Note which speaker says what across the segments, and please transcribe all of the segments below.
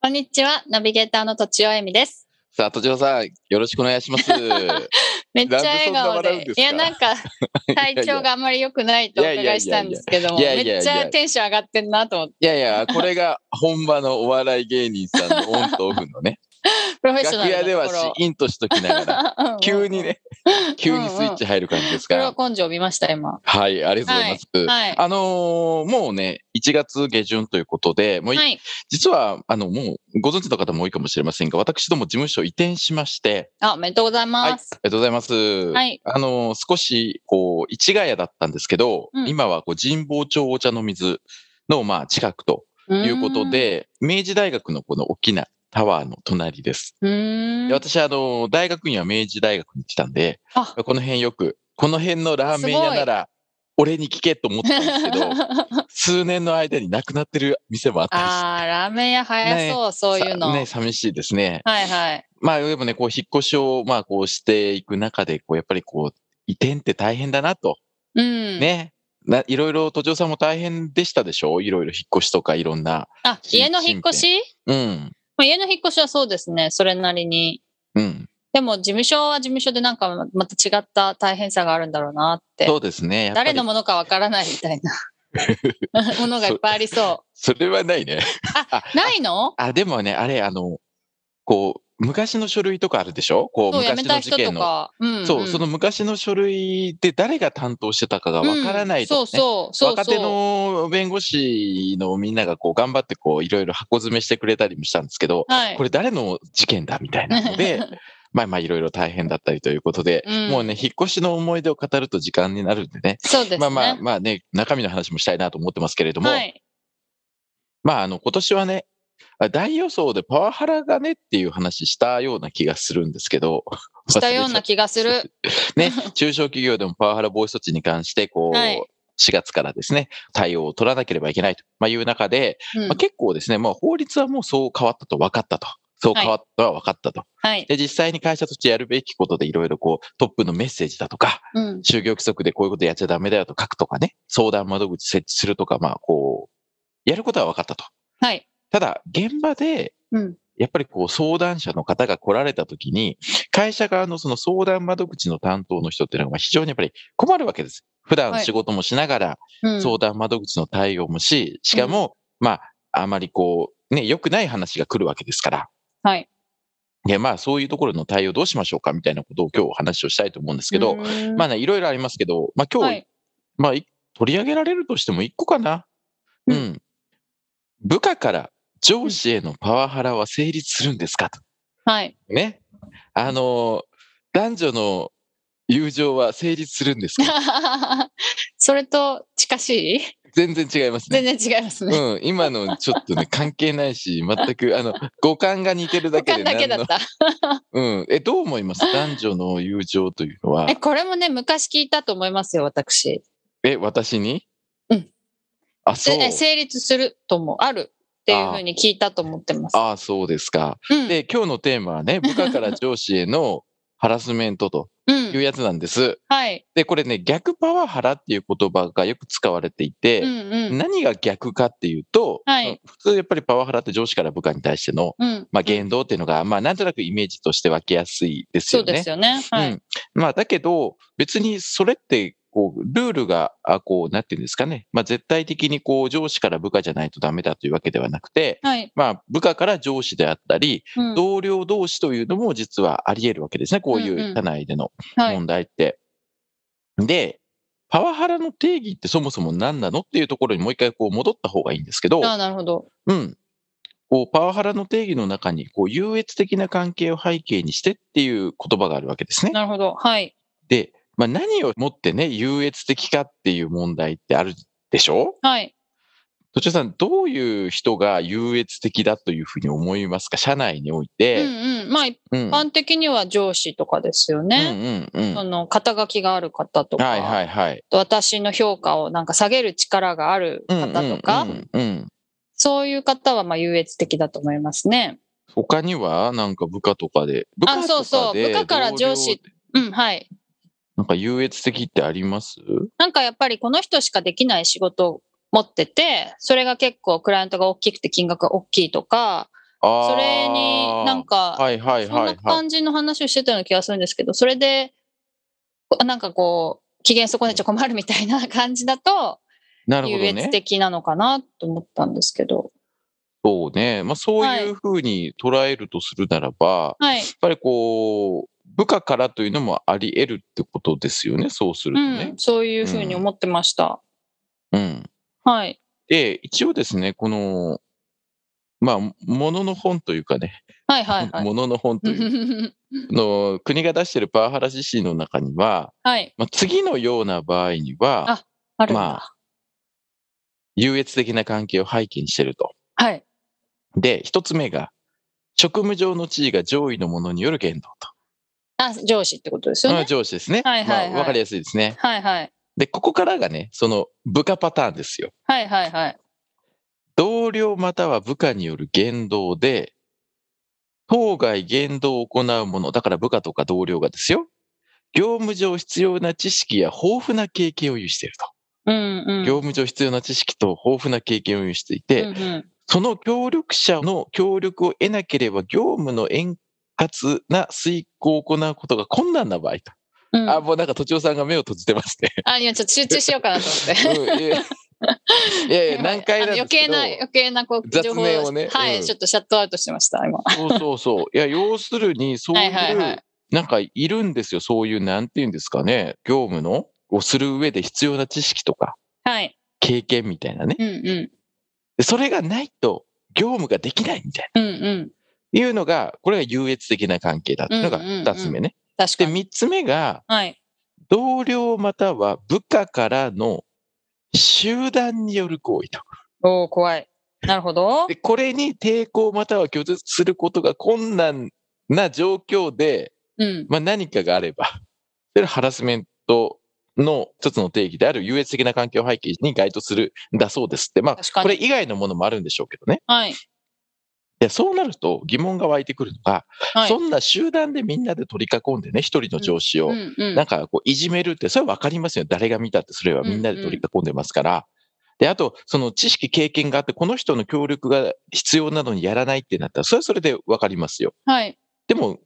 Speaker 1: こんにちは、ナビゲーターのとちおえみです。
Speaker 2: さあ、とちおさん、よろしく お願いします。い
Speaker 1: めっちゃ
Speaker 2: なんでそん
Speaker 1: 笑顔
Speaker 2: な笑うん
Speaker 1: で。
Speaker 2: です
Speaker 1: い
Speaker 2: か
Speaker 1: や、なん か、体調があんまり良くないとお
Speaker 2: いやいやいやい
Speaker 1: 伺
Speaker 2: や
Speaker 1: いしたんですけども、
Speaker 2: いやいやいや
Speaker 1: めっちゃテンション上がってんなと思って、
Speaker 2: やいや、これが本場のお笑い芸人さんのオンとオフの ね、
Speaker 1: プロフェッショナ
Speaker 2: 楽
Speaker 1: ル
Speaker 2: 屋
Speaker 1: なとこ
Speaker 2: ではシ
Speaker 1: ろを
Speaker 2: ーンとしとき ながら、
Speaker 1: うんうんうん
Speaker 2: 急に ね、急にスイッチ入る感じです
Speaker 1: こ
Speaker 2: か
Speaker 1: れ
Speaker 2: ら
Speaker 1: は。根性見ました、今。
Speaker 2: はい、ありがとうございます。
Speaker 1: はい。
Speaker 2: あのーもうね、1月下旬ということで、もうい、
Speaker 1: はい。
Speaker 2: 実は、あの、もう、ご存知の方も多いかもしれませんが、私ども事務所移転しまして、
Speaker 1: あ、おめでとうござい
Speaker 2: はい、あ
Speaker 1: ます。
Speaker 2: りがとうございます。
Speaker 1: はい
Speaker 2: あの、少し、こう、市ヶ谷だったんですけど、
Speaker 1: うん
Speaker 2: 今は、こう、神保町お茶の水の、まあ、近くと
Speaker 1: と
Speaker 2: いうこと、で、明治大学のこの大きなタワーの隣です。
Speaker 1: う
Speaker 2: で
Speaker 1: ーん。
Speaker 2: 私、あの、大学院は明治大学に来たんで、
Speaker 1: あ
Speaker 2: この辺よく、この辺のラーメン屋なら、俺に聞けと思ってたんですけ ど、数年の間になくなってる店もあったりして。
Speaker 1: あー、ラーメン屋早そう、そういうの。
Speaker 2: さね、寂しいですね。
Speaker 1: はいはい。
Speaker 2: まあでもね、こう引っ越しをまあこうしていく中で、こうやっぱりこう移転って大変だなと。
Speaker 1: うん。。
Speaker 2: ね。ないろいろ、都庁さんも大変でしたでしょいろいろ引っ越しとかいろんな。
Speaker 1: あ、家の引っ越し
Speaker 2: うん。
Speaker 1: まあ家の引っ越しはそうですね、それなりに。
Speaker 2: うん。
Speaker 1: でも事務所は事務所でなんかまた違った大変さがあるんだろうなって。
Speaker 2: そうですね。やっぱり
Speaker 1: 誰のものかわからないみ たいなものがいっぱいありそ
Speaker 2: それはないね。
Speaker 1: う。ないの
Speaker 2: あ、でもね、あれ、あの、こう、昔の書類とかあるでしょこう、
Speaker 1: そう、辞め
Speaker 2: 昔の
Speaker 1: た
Speaker 2: 事
Speaker 1: 人と
Speaker 2: 件の。
Speaker 1: か。うんうん
Speaker 2: そう、その昔の書類で誰が担当してたかがわからないとかね
Speaker 1: うんそうそう、そう
Speaker 2: 若手
Speaker 1: そう。
Speaker 2: の弁護士のみんながこう頑張ってこういろいろ箱詰めしてくれたりもしたんですけど、
Speaker 1: はい
Speaker 2: こ。れ誰の事件だみたいなの で、まあまあいろいろ大変だったりということで、
Speaker 1: うん
Speaker 2: もうね、引っ越しの思い出を語ると時間になるんでね、
Speaker 1: そうですね。
Speaker 2: まあまあまあね、中身の話もしたいなと思ってますけれども、
Speaker 1: はい。
Speaker 2: まああの今年はね、あ大予想でパワハラがねっていう話したような気がするんですけど、
Speaker 1: したような
Speaker 2: 気
Speaker 1: 気がする。
Speaker 2: ね、中小企業でもパワハラ防止措置に関して、こう、
Speaker 1: はい
Speaker 2: 4月からですね、対応を取らなければいけないとまあいう中で、
Speaker 1: うん
Speaker 2: まあ、結構ですね、まあ、法律はもうそう変わったと分かったと。そう変わったは分かったと。
Speaker 1: はい。
Speaker 2: で、実際に会社としてやるべきことでいろいろこう、トップのメッセージだとか、
Speaker 1: うん。
Speaker 2: 就業規則でこういうことやっちゃダメだよと書くとかね、相談窓口設置するとか、まあ、こう、やることは分かったと。
Speaker 1: はい。
Speaker 2: ただ、現場で、
Speaker 1: うん。
Speaker 2: やっぱりこう、相談者の方が来られた時に、会社側のその相談窓口の担当の人っていうのが非常にやっぱり困るわけです。普段
Speaker 1: はい
Speaker 2: 仕事もしながら、
Speaker 1: うん。
Speaker 2: 相談窓口の対応もし、しかも、まあ、あまりこう、ね、良くない話が来るわけですから。
Speaker 1: はい。
Speaker 2: で、まあ、そういうところの対応どうしましょうかみたいなことを今日お話をしたいと思うんですけど、
Speaker 1: うん
Speaker 2: まあね、いろいろありますけど、まあ今日、
Speaker 1: はい
Speaker 2: まあ、い取り上げられるとしても一個かな。う
Speaker 1: うん
Speaker 2: ん。部下から上司へのパワハラは成立するんですかと。
Speaker 1: はい。
Speaker 2: ね。あのー男女の友情は成立するんです か
Speaker 1: それと近しい
Speaker 2: 全然違いますね。
Speaker 1: 全然違いますね。
Speaker 2: うん、今のちょっとね、関係ないし、全く、あの、五感が似てるだ
Speaker 1: 五
Speaker 2: けで
Speaker 1: 感だけだ
Speaker 2: 何の
Speaker 1: った。
Speaker 2: うん。え、どう思います男女の友情というのは
Speaker 1: え、、これもね、昔聞いたと思いますよ、私。
Speaker 2: え、私に
Speaker 1: うん。
Speaker 2: あ、そう
Speaker 1: で。え成立すると思う。あるっていうふうに聞いたと思ってます。
Speaker 2: あ、そうですか。
Speaker 1: うん、
Speaker 2: で、今日のテーマは ね、部下から上司へのハラスメントと
Speaker 1: う、
Speaker 2: いうんやつなんです。
Speaker 1: はい。
Speaker 2: で、これね、逆パワハラっていう言葉がよく使われてい
Speaker 1: うん
Speaker 2: て、
Speaker 1: うん。
Speaker 2: 何が逆かっていうと、
Speaker 1: はい
Speaker 2: 普通やっぱりパワハラって上司から部下に対しての、
Speaker 1: うん、
Speaker 2: まあ、言動っていうのが、まあ、なんとなくイメージとして湧きやすいです
Speaker 1: そう
Speaker 2: よね。
Speaker 1: ですよね。はい。
Speaker 2: うん、まあだけど別にそれってこうルールがあこうなんていうんですかね、まあ、絶対的にこう上司から部下じゃないとダメだというわけではなくて、
Speaker 1: はい。
Speaker 2: まあ、部下から上司であったり
Speaker 1: うん
Speaker 2: 同僚同士というのも実はあり得るわけですねこうい
Speaker 1: んう
Speaker 2: うん社内での
Speaker 1: はい。
Speaker 2: 問題って。でパワハラの定義ってそもそも何なのっていうところにもう一回こう戻った方がいいんですけど、
Speaker 1: ああ、なるほど。
Speaker 2: うん。こう、パワハラの定義の中に、こう、優越的な関係を背景にしてっていう言葉があるわけですね。
Speaker 1: なるほど。はい。
Speaker 2: で、まあ、何をもってね、優越的かっていう問題ってあるでしょ
Speaker 1: はい。
Speaker 2: 土地さん、どういう人が優越的だというふうに思いますか社内におい
Speaker 1: うん
Speaker 2: て。
Speaker 1: うん。まあ、一
Speaker 2: うん。うん
Speaker 1: 般的には上司とかですよね。
Speaker 2: うんうん。
Speaker 1: そ
Speaker 2: は
Speaker 1: の、肩書きがある方とか、
Speaker 2: いはいはい。
Speaker 1: 私の評価をなんか下げる力がある
Speaker 2: うんう
Speaker 1: 方
Speaker 2: ん
Speaker 1: とか、
Speaker 2: うんうん。
Speaker 1: そういう方はまあ優越的だと思いますね。
Speaker 2: 他には、なんか部下とかで。部下とかで
Speaker 1: そうそう部下から
Speaker 2: 同僚
Speaker 1: 上司うん、はい。
Speaker 2: なんか優越的ってあります
Speaker 1: なんかやっぱりこの人しかできない仕事を持ってて、それが結構クライアントが大きくて金額が大きいとか、
Speaker 2: あー
Speaker 1: それになんか、
Speaker 2: はいはい
Speaker 1: そん
Speaker 2: は
Speaker 1: な
Speaker 2: はい。
Speaker 1: い感じの話をしてたような気がするんですけど、それで、こなんかこう、機嫌損ねちゃ困るみたいな感じだと、
Speaker 2: なるほ
Speaker 1: 優
Speaker 2: ど
Speaker 1: 越
Speaker 2: ね。
Speaker 1: 的なのかなと思ったんですけど。
Speaker 2: そうね。まあそういうふうに捉えるとするならば、
Speaker 1: はい。
Speaker 2: やっぱりこう、部下からというのもあり得るってことですよね。そうする
Speaker 1: う
Speaker 2: と
Speaker 1: ん
Speaker 2: ね。、
Speaker 1: そういうふうに思ってました。
Speaker 2: うん
Speaker 1: はい。
Speaker 2: で、一応ですね、この、まあ、ものの本というかね、
Speaker 1: はいはい は
Speaker 2: ものの本という
Speaker 1: い。
Speaker 2: の、国が出しているパワハラ指針の中には、
Speaker 1: はい。
Speaker 2: まあ、次のような場合には、
Speaker 1: あるんだ。
Speaker 2: ま優越的な関係を背景にしていると。
Speaker 1: はい。
Speaker 2: で、一つ目が、職務上の地位が上位の者による言動
Speaker 1: あ、上司ってことです
Speaker 2: と。
Speaker 1: よ
Speaker 2: まあ
Speaker 1: ね。
Speaker 2: 上司ですね。
Speaker 1: はいはいはい
Speaker 2: まあわかりやすいですね。
Speaker 1: はいはい。
Speaker 2: で、ここからがね、その部下パターンですよ。
Speaker 1: はいはいはい。
Speaker 2: 同僚または部下による言動で、当該言動を行うもの、だから部下とか同僚がですよ。業務上必要な知識や豊富な経験を有していると。
Speaker 1: うんうん。
Speaker 2: 業務上必要な知識と豊富な経験を有していて、
Speaker 1: うんうん
Speaker 2: その協力者の協力を得なければ業務の円滑な遂行を行うことが困難な場合と。
Speaker 1: うん
Speaker 2: あ、もうなんか都庁さんが目を閉じてますね。
Speaker 1: あ、今ちょっと集中しようかなと
Speaker 2: うん
Speaker 1: 思って。
Speaker 2: いやいやいや、難解なんです
Speaker 1: あの余
Speaker 2: け
Speaker 1: 計
Speaker 2: ど。
Speaker 1: な、余計なこう
Speaker 2: 雑
Speaker 1: 情報
Speaker 2: 念をね
Speaker 1: はい、
Speaker 2: うん
Speaker 1: ちょっとシャットアウトしてました、今。
Speaker 2: そうそうそう。いや、要するに、そう
Speaker 1: はいいはいうは、
Speaker 2: なんかいるんですよ。そういう、なんていうんですかね。業務の、をする上で必要な知識とか、
Speaker 1: はい。
Speaker 2: 経験みたいなね。
Speaker 1: うんうん。
Speaker 2: でそれがないと、業務ができないみたい
Speaker 1: うんうん。
Speaker 2: な。いうのが、これが優越的な関係だっていうのが
Speaker 1: うんうんうん
Speaker 2: 二つ目ね。
Speaker 1: 確か
Speaker 2: で、
Speaker 1: に。
Speaker 2: 三つ目が、
Speaker 1: はい。
Speaker 2: 同僚または部下からの集団による行為と。
Speaker 1: おお怖い。なるほど
Speaker 2: で、。これに抵抗または拒絶することが困難な状況で、
Speaker 1: うん。
Speaker 2: まあ、何かがあれば、 それはハラスメントの一つの定義である優越的な環境背景に該当するんだそうですって、ま
Speaker 1: 確か
Speaker 2: あ、
Speaker 1: に
Speaker 2: これ以外のものもあるんでしょうけどね。
Speaker 1: はい。
Speaker 2: でそうなると疑問が湧いてくるのが、
Speaker 1: はい。
Speaker 2: そんな集団でみんなで取り囲んでね、一人の上司を、
Speaker 1: うんうん
Speaker 2: なんかこういじめるって、それはわかりますよ。誰が見たって、それはみんなで取り囲んでますから。で、あと、その知識、経験があって、この人の協力が必要なのにやらないってなったら、それはそれでわかりますよ。
Speaker 1: はい。
Speaker 2: でも、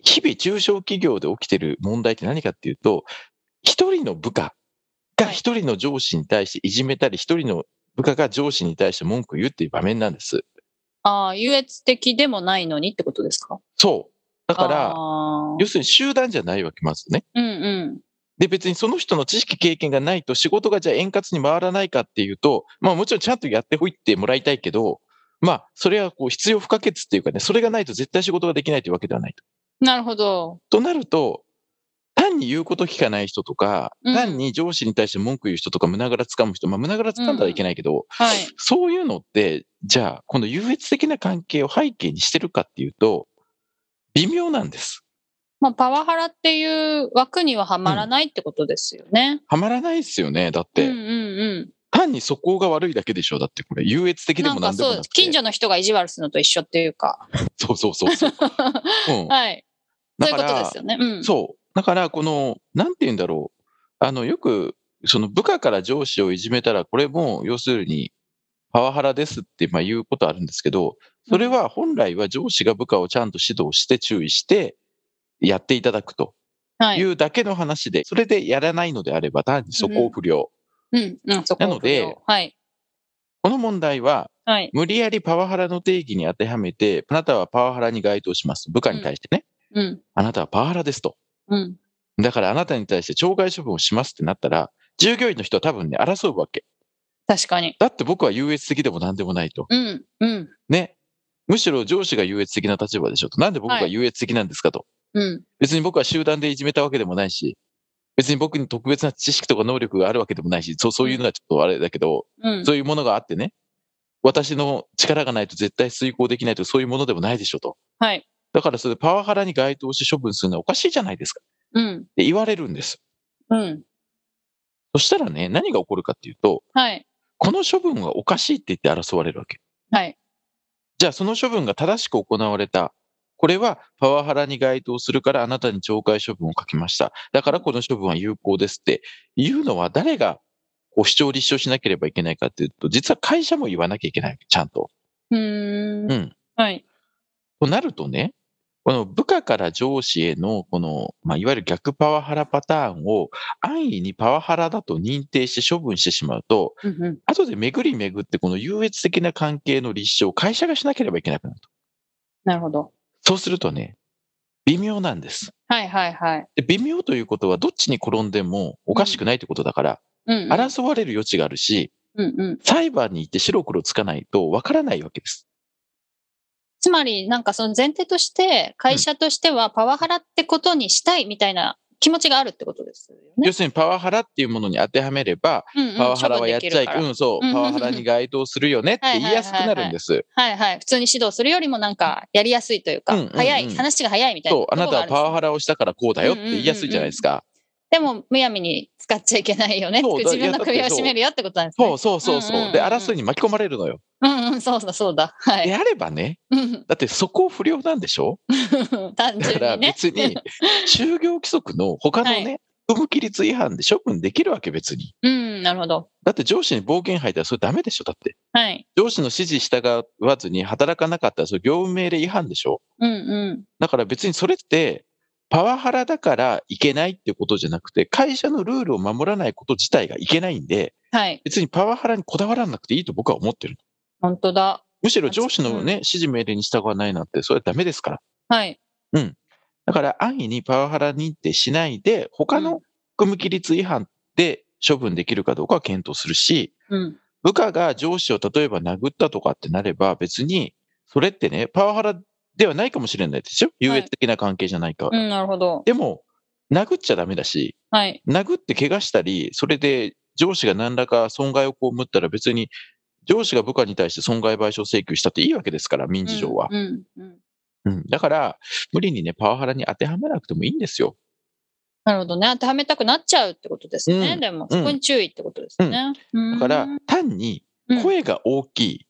Speaker 2: 日々中小企業で起きてる問題って何かっていうと、一人の部下が
Speaker 1: はい
Speaker 2: 一人の上司に対していじめたり、一人の部下が上司に対して文句を言うっていう場面なんです。
Speaker 1: ああ、優越的でもないのにってことですか
Speaker 2: そう。だから、
Speaker 1: あ
Speaker 2: 要
Speaker 1: ー
Speaker 2: するに集団じゃないわけまずね。
Speaker 1: うんうん。
Speaker 2: で、別にその人の知識経験がないと仕事がじゃあ円滑に回らないかっていうと、まあもちろんちゃんとやっておいてもらいたいけど、まあそれはこう必要不可欠っていうかね、それがないと絶対仕事ができないというわけではない。
Speaker 1: なるほど。
Speaker 2: となると、単に言うこと聞かない人とか、
Speaker 1: うん
Speaker 2: 単に上司に対して文句言う人とか、胸ぐらつかむ人、まあ、胸ぐらつかんだらいけないけど、
Speaker 1: はい。
Speaker 2: そういうのって、じゃあ、この優越的な関係を背景にしてるかっていうと、微妙なんです。
Speaker 1: まあ、パワハラっていう枠にははまらないってことですよね。
Speaker 2: はまらないですよね。だっ
Speaker 1: う
Speaker 2: て、
Speaker 1: んうん
Speaker 2: 単にそこが悪いだけでしょ。だってこれ、優越
Speaker 1: う
Speaker 2: 的
Speaker 1: ん。
Speaker 2: で
Speaker 1: な
Speaker 2: も
Speaker 1: ん
Speaker 2: な
Speaker 1: か
Speaker 2: んでも
Speaker 1: そ
Speaker 2: な
Speaker 1: う
Speaker 2: く、て。
Speaker 1: 近所の人が意地悪するのと一緒っていうか。
Speaker 2: そうそうそう そう。うん、
Speaker 1: はい。そう
Speaker 2: だ
Speaker 1: い
Speaker 2: か
Speaker 1: うことで
Speaker 2: ら
Speaker 1: す、よね。うん。
Speaker 2: そう。だから、この、なんて言うんだろう。あの、よく、その部下から上司をいじめたら、これも、要するに、パワハラですって、まあ、言うことあるんですけど、それは本来は上司が部下をちゃんと指導して、注意して、やっていただくと
Speaker 1: はいい。
Speaker 2: うだけの話で、それでやらないのであれば、単に素行不良。
Speaker 1: うんうん。そこを
Speaker 2: なので
Speaker 1: 不要はい。
Speaker 2: この問題は、
Speaker 1: はい。
Speaker 2: 無理やりパワハラの定義に当てはめて、あなたはパワハラに該当します。部下に対してね、
Speaker 1: うん。
Speaker 2: あなたはパワハラですと。
Speaker 1: うん。
Speaker 2: だからあなたに対して懲戒処分をしますってなったら、従業員の人は多分ね、争うわけ。
Speaker 1: 確かに。
Speaker 2: だって僕は優越的でも何でもないと。
Speaker 1: うん。うん。
Speaker 2: ね。むしろ上司が優越的な立場でしょと。なんで僕が
Speaker 1: はい
Speaker 2: 優越的なんですかと。
Speaker 1: うん。
Speaker 2: 別に僕は集団でいじめたわけでもないし、別に僕に特別な知識とか能力があるわけでもないし、そうそういうのはちょっとあれだけど、
Speaker 1: うん。
Speaker 2: そういうものがあってね、私の力がないと絶対遂行できないとかそういうものでもないでしょと。
Speaker 1: はい。
Speaker 2: だからそれパワハラに該当して処分するのはおかしいじゃないですか。
Speaker 1: うん。
Speaker 2: って言われるんです。
Speaker 1: うん。
Speaker 2: そしたらね、何が起こるかっていうと、
Speaker 1: はい。
Speaker 2: この処分はおかしいって言って争われるわけ。
Speaker 1: はい。
Speaker 2: じゃあその処分が正しく行われた。これはパワハラに該当するからあなたに懲戒処分を書きました。だからこの処分は有効ですって言うのは誰がこう主張立証しなければいけないかっていうと、実は会社も言わなきゃいけない。ちゃんと。
Speaker 1: うーん
Speaker 2: う。ん。
Speaker 1: はい。
Speaker 2: となるとね、この部下から上司への、この、まあ、いわゆる逆パワハラパターンを安易にパワハラだと認定して処分してしまうと、
Speaker 1: うんうん
Speaker 2: 後で巡り巡ってこの優越的な関係の立証を会社がしなければいけなくなると。
Speaker 1: なるほど。
Speaker 2: そうするとね、微妙なんです。
Speaker 1: はいはいはい。
Speaker 2: で微妙ということはどっちに転んでもおかしくないってことだから、
Speaker 1: うんうん。
Speaker 2: 争われる余地があるし、
Speaker 1: うんうん。
Speaker 2: 裁判に行って白黒つかないとわからないわけです。
Speaker 1: つまり、なんかその前提として、会社としてはパワハラってことにしたいみたいな気持ちがあるってことですよね。
Speaker 2: 要するにパワハラっていうものに当てはめれば、
Speaker 1: うんうん
Speaker 2: パワハラはやっちゃい
Speaker 1: 処
Speaker 2: け
Speaker 1: 分できるから
Speaker 2: うん、そうう、
Speaker 1: ん
Speaker 2: パワハラに該当するよねって言いやすくなるんです。
Speaker 1: はいはい。普通に指導するよりもなんかやりやすいというか、
Speaker 2: うんうんうん
Speaker 1: 早い、話が早いみたいな
Speaker 2: そう
Speaker 1: こ、
Speaker 2: あ
Speaker 1: と
Speaker 2: な
Speaker 1: がるん
Speaker 2: た
Speaker 1: ですね。
Speaker 2: はパワハラをしたからこうだよって言いやすいじゃないですか。
Speaker 1: でも、むやみに使っちゃいけないよねって。
Speaker 2: そうだ
Speaker 1: 自分の首を
Speaker 2: いやだってそう
Speaker 1: 絞めるよってことなんです
Speaker 2: そ
Speaker 1: ね
Speaker 2: う。そうそう
Speaker 1: うんうんうんう
Speaker 2: そ
Speaker 1: ん
Speaker 2: う。で、争いに巻き込まれるのよ。
Speaker 1: うんうん、そうだそうだ。はい。
Speaker 2: であればね、
Speaker 1: うん
Speaker 2: だってそこ不良なんでしょ
Speaker 1: 単
Speaker 2: だか
Speaker 1: 純
Speaker 2: ら
Speaker 1: にね。
Speaker 2: 別 に、就業規則の他の
Speaker 1: は
Speaker 2: ね、不務規律違反で処分できるわけ別に。
Speaker 1: うん、なるほど。
Speaker 2: だって上司に暴言吐いたらそれダメでしょだって。
Speaker 1: はい。
Speaker 2: 上司の指示従わずに働かなかったらそれ業務命令違反でしょ
Speaker 1: うんうん。
Speaker 2: だから別にそれって、パワハラだからいけないってことじゃなくて、会社のルールを守らないこと自体がいけないんで、
Speaker 1: はい。
Speaker 2: 別にパワハラにこだわらなくていいと僕は思ってる。
Speaker 1: 本当だ。
Speaker 2: むしろ上司のね、指示命令に従わないなんて、それはダメですから。
Speaker 1: はい。
Speaker 2: だから安易にパワハラ認定しないで、他
Speaker 1: う
Speaker 2: の組規律違反で処分できるかどうかは検討するし、
Speaker 1: うん。
Speaker 2: 部下が上司を例えば殴ったとかってなれば、別に、それってね、パワハラではないかもしれないでしょ優越的な関係じゃないか
Speaker 1: う
Speaker 2: ら。
Speaker 1: ん、なるほど。
Speaker 2: でも、殴っちゃダメだし、
Speaker 1: はい。
Speaker 2: 殴って怪我したり、それで上司が何らか損害を被ったら別に上司が部下に対して損害賠償請求したっていいわけですから、民事上は。
Speaker 1: うんうん。
Speaker 2: うんだから、無理にね、パワハラに当てはめなくてもいいんですよ。
Speaker 1: なるほどね。当てはめたくなっちゃうってことですね。
Speaker 2: うん
Speaker 1: でも、
Speaker 2: う
Speaker 1: そ
Speaker 2: ん
Speaker 1: こに注意ってことですね。
Speaker 2: だから
Speaker 1: うん、
Speaker 2: 単に
Speaker 1: うん
Speaker 2: 声が大き い、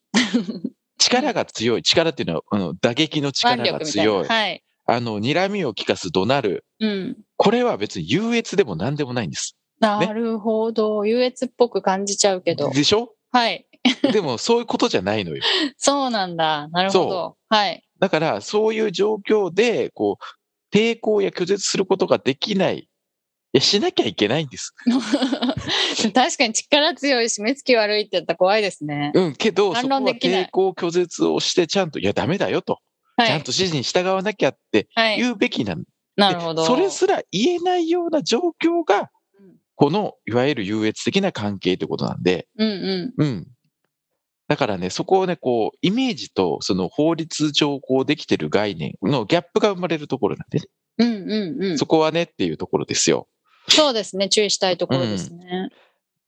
Speaker 2: 力が強い、力っていうのは、あの打撃の力
Speaker 1: 腕
Speaker 2: が
Speaker 1: 力みたい
Speaker 2: 強
Speaker 1: な
Speaker 2: い、
Speaker 1: はい。
Speaker 2: あの、睨みを利かす怒鳴る、
Speaker 1: うん。
Speaker 2: これは別に優越でも何でもないんです。
Speaker 1: なるほど。優越っぽく感じちゃうけど。
Speaker 2: でしょ
Speaker 1: はい。
Speaker 2: でもそういうことじゃないのよ。
Speaker 1: そうなんだ。なるほど
Speaker 2: そ。
Speaker 1: はい。
Speaker 2: だから、そういう状況で、こう、抵抗や拒絶することができない。いや、しなきゃいけないんです。
Speaker 1: 確かに力強いし、目つき悪いって言ったら怖いですね。
Speaker 2: うん、けど、そ
Speaker 1: 反
Speaker 2: こは
Speaker 1: 論できない
Speaker 2: 抵抗拒絶をして、ちゃんと、いや、ダメだよと、
Speaker 1: は
Speaker 2: ちゃん
Speaker 1: い。
Speaker 2: と指示に従わなきゃって
Speaker 1: はい。
Speaker 2: 言うべきなんで、
Speaker 1: なるほど。
Speaker 2: それすら言えないような状況が、
Speaker 1: うん
Speaker 2: この、いわゆる優越的な関係ってことなんで、
Speaker 1: うんう
Speaker 2: うん。だからね、そこをね、こう、イメージと、その法律上こうできてる概念のギャップが生まれるところなんでね、
Speaker 1: ん。うんうんうん。
Speaker 2: そこはねっていうところですよ。
Speaker 1: そうですね。注意したいところですね。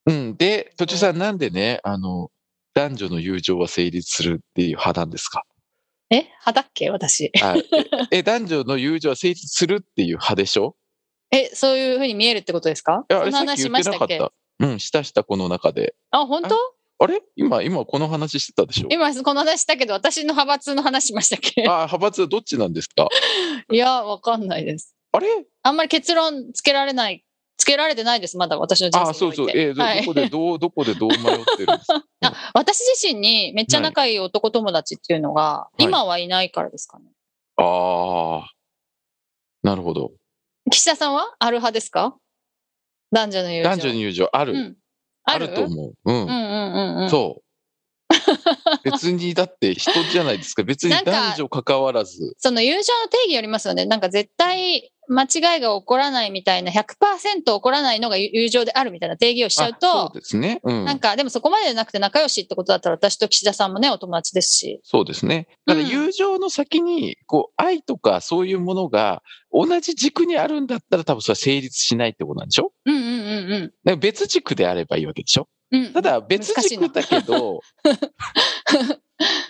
Speaker 2: うん、で、途中さん、なんでね、あの、男女の友情は成立するっていう派なんですか
Speaker 1: え派だっけ私。
Speaker 2: はい。え、え男女の友情は成立するっていう派でしょ
Speaker 1: え、そういうふうに見えるってことですか
Speaker 2: いや、あ
Speaker 1: そ
Speaker 2: れ
Speaker 1: の
Speaker 2: さっき
Speaker 1: 話し
Speaker 2: 言っ
Speaker 1: ま
Speaker 2: て
Speaker 1: し
Speaker 2: な
Speaker 1: た
Speaker 2: かっ
Speaker 1: っけ
Speaker 2: た。うん、したしたこの中で。
Speaker 1: あ、本当
Speaker 2: あれ今、今この話してたでしょ
Speaker 1: 今この話したけど、私の派閥の話しましたっけ
Speaker 2: あ、派閥どっちなんですか
Speaker 1: いや、わかんないです。
Speaker 2: あれ
Speaker 1: あんまり結論つけられない、つけられてないです、まだ私の人生にお
Speaker 2: あ、
Speaker 1: いて。
Speaker 2: そうそう。えーど
Speaker 1: はい
Speaker 2: どこでどう、 どこでどう迷ってるんですか
Speaker 1: あ私自身にめっちゃ仲いい男友達っていうのが、
Speaker 2: い
Speaker 1: 今はいないからですかね。
Speaker 2: ああ。なるほど。
Speaker 1: 岸田さんはある派ですか男女の友情。
Speaker 2: 男女の友情ある。
Speaker 1: うん、
Speaker 2: あ
Speaker 1: ある
Speaker 2: ると思う。うん
Speaker 1: うんうんうんうん。
Speaker 2: そう。 別にだって人じゃないですか。別に
Speaker 1: なんか
Speaker 2: 男女関わらず。
Speaker 1: その友情の定義よりますよね。なんか絶対間違いが起こらないみたいな、100%起こらないのが友情であるみたいな定義をしちゃう
Speaker 2: あ
Speaker 1: と
Speaker 2: そ、うですね。う
Speaker 1: なん
Speaker 2: ん。
Speaker 1: かでもそこまでじゃなくて仲良しってことだったら私と岸田さんもね、お友達ですし。
Speaker 2: そうですね。だか
Speaker 1: う
Speaker 2: ら
Speaker 1: ん
Speaker 2: 友情の先に、こう、愛とかそういうものが同じ軸にあるんだったら多分それは成立しないってことなんでしょ
Speaker 1: うんうんうんうん。
Speaker 2: だから別軸であればいいわけでしょ
Speaker 1: うん
Speaker 2: ただ別
Speaker 1: 難しいな
Speaker 2: 軸だけ ど、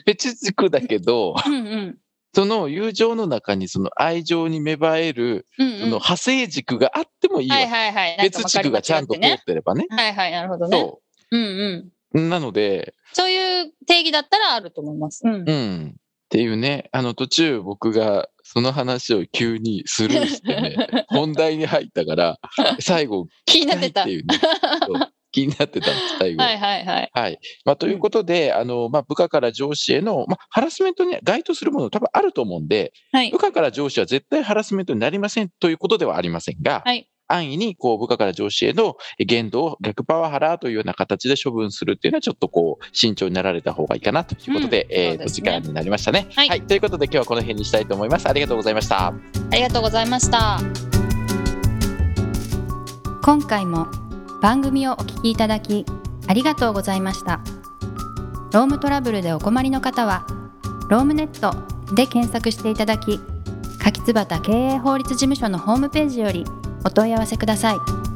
Speaker 2: 別軸だけど、
Speaker 1: うんうん
Speaker 2: その友情の中にその愛情に芽生える、
Speaker 1: うん
Speaker 2: そ
Speaker 1: うん
Speaker 2: の派生軸があってもいいわ
Speaker 1: は
Speaker 2: け
Speaker 1: いはいはいなんか
Speaker 2: 別
Speaker 1: 分か
Speaker 2: 軸
Speaker 1: り
Speaker 2: が
Speaker 1: 間
Speaker 2: ちゃ
Speaker 1: 違っ
Speaker 2: んと
Speaker 1: て
Speaker 2: 通っ
Speaker 1: ね
Speaker 2: てればね。
Speaker 1: はいはいなるほどね
Speaker 2: そ
Speaker 1: うんうん
Speaker 2: う。なので、
Speaker 1: そういう定義だったらあると思いますうん
Speaker 2: うん。っていうね、あの途中僕がその話を急にスルーして ね、本題に入ったから、最後、
Speaker 1: 気になってた
Speaker 2: っていうね。そう気になってたんです、最後。
Speaker 1: はいはいはい
Speaker 2: はい。まあ、ということで、あの、まあ、部下から上司への、まあ、ハラスメントに該当するもの多分あると思うんで、
Speaker 1: はい
Speaker 2: 部下から上司は絶対ハラスメントになりませんということではありませんが、
Speaker 1: はい
Speaker 2: 安易に、こう、部下から上司への言動を逆パワハラというような形で処分するっていうのは、ちょっとこう、慎重になられた方がいいかなということで、
Speaker 1: うん
Speaker 2: えー
Speaker 1: そう
Speaker 2: お
Speaker 1: です
Speaker 2: 時
Speaker 1: ね
Speaker 2: 間になりましたね、
Speaker 1: はい
Speaker 2: はい。ということで、今日はこの辺にしたいと思います。ありがとうございました。
Speaker 1: ありがとうございました
Speaker 3: 今回も番組をお聞きいただきありがとうございましたロームトラブルでお困りの方はロームネットで検索していただき柿椿経営法律事務所のホームページよりお問い合わせください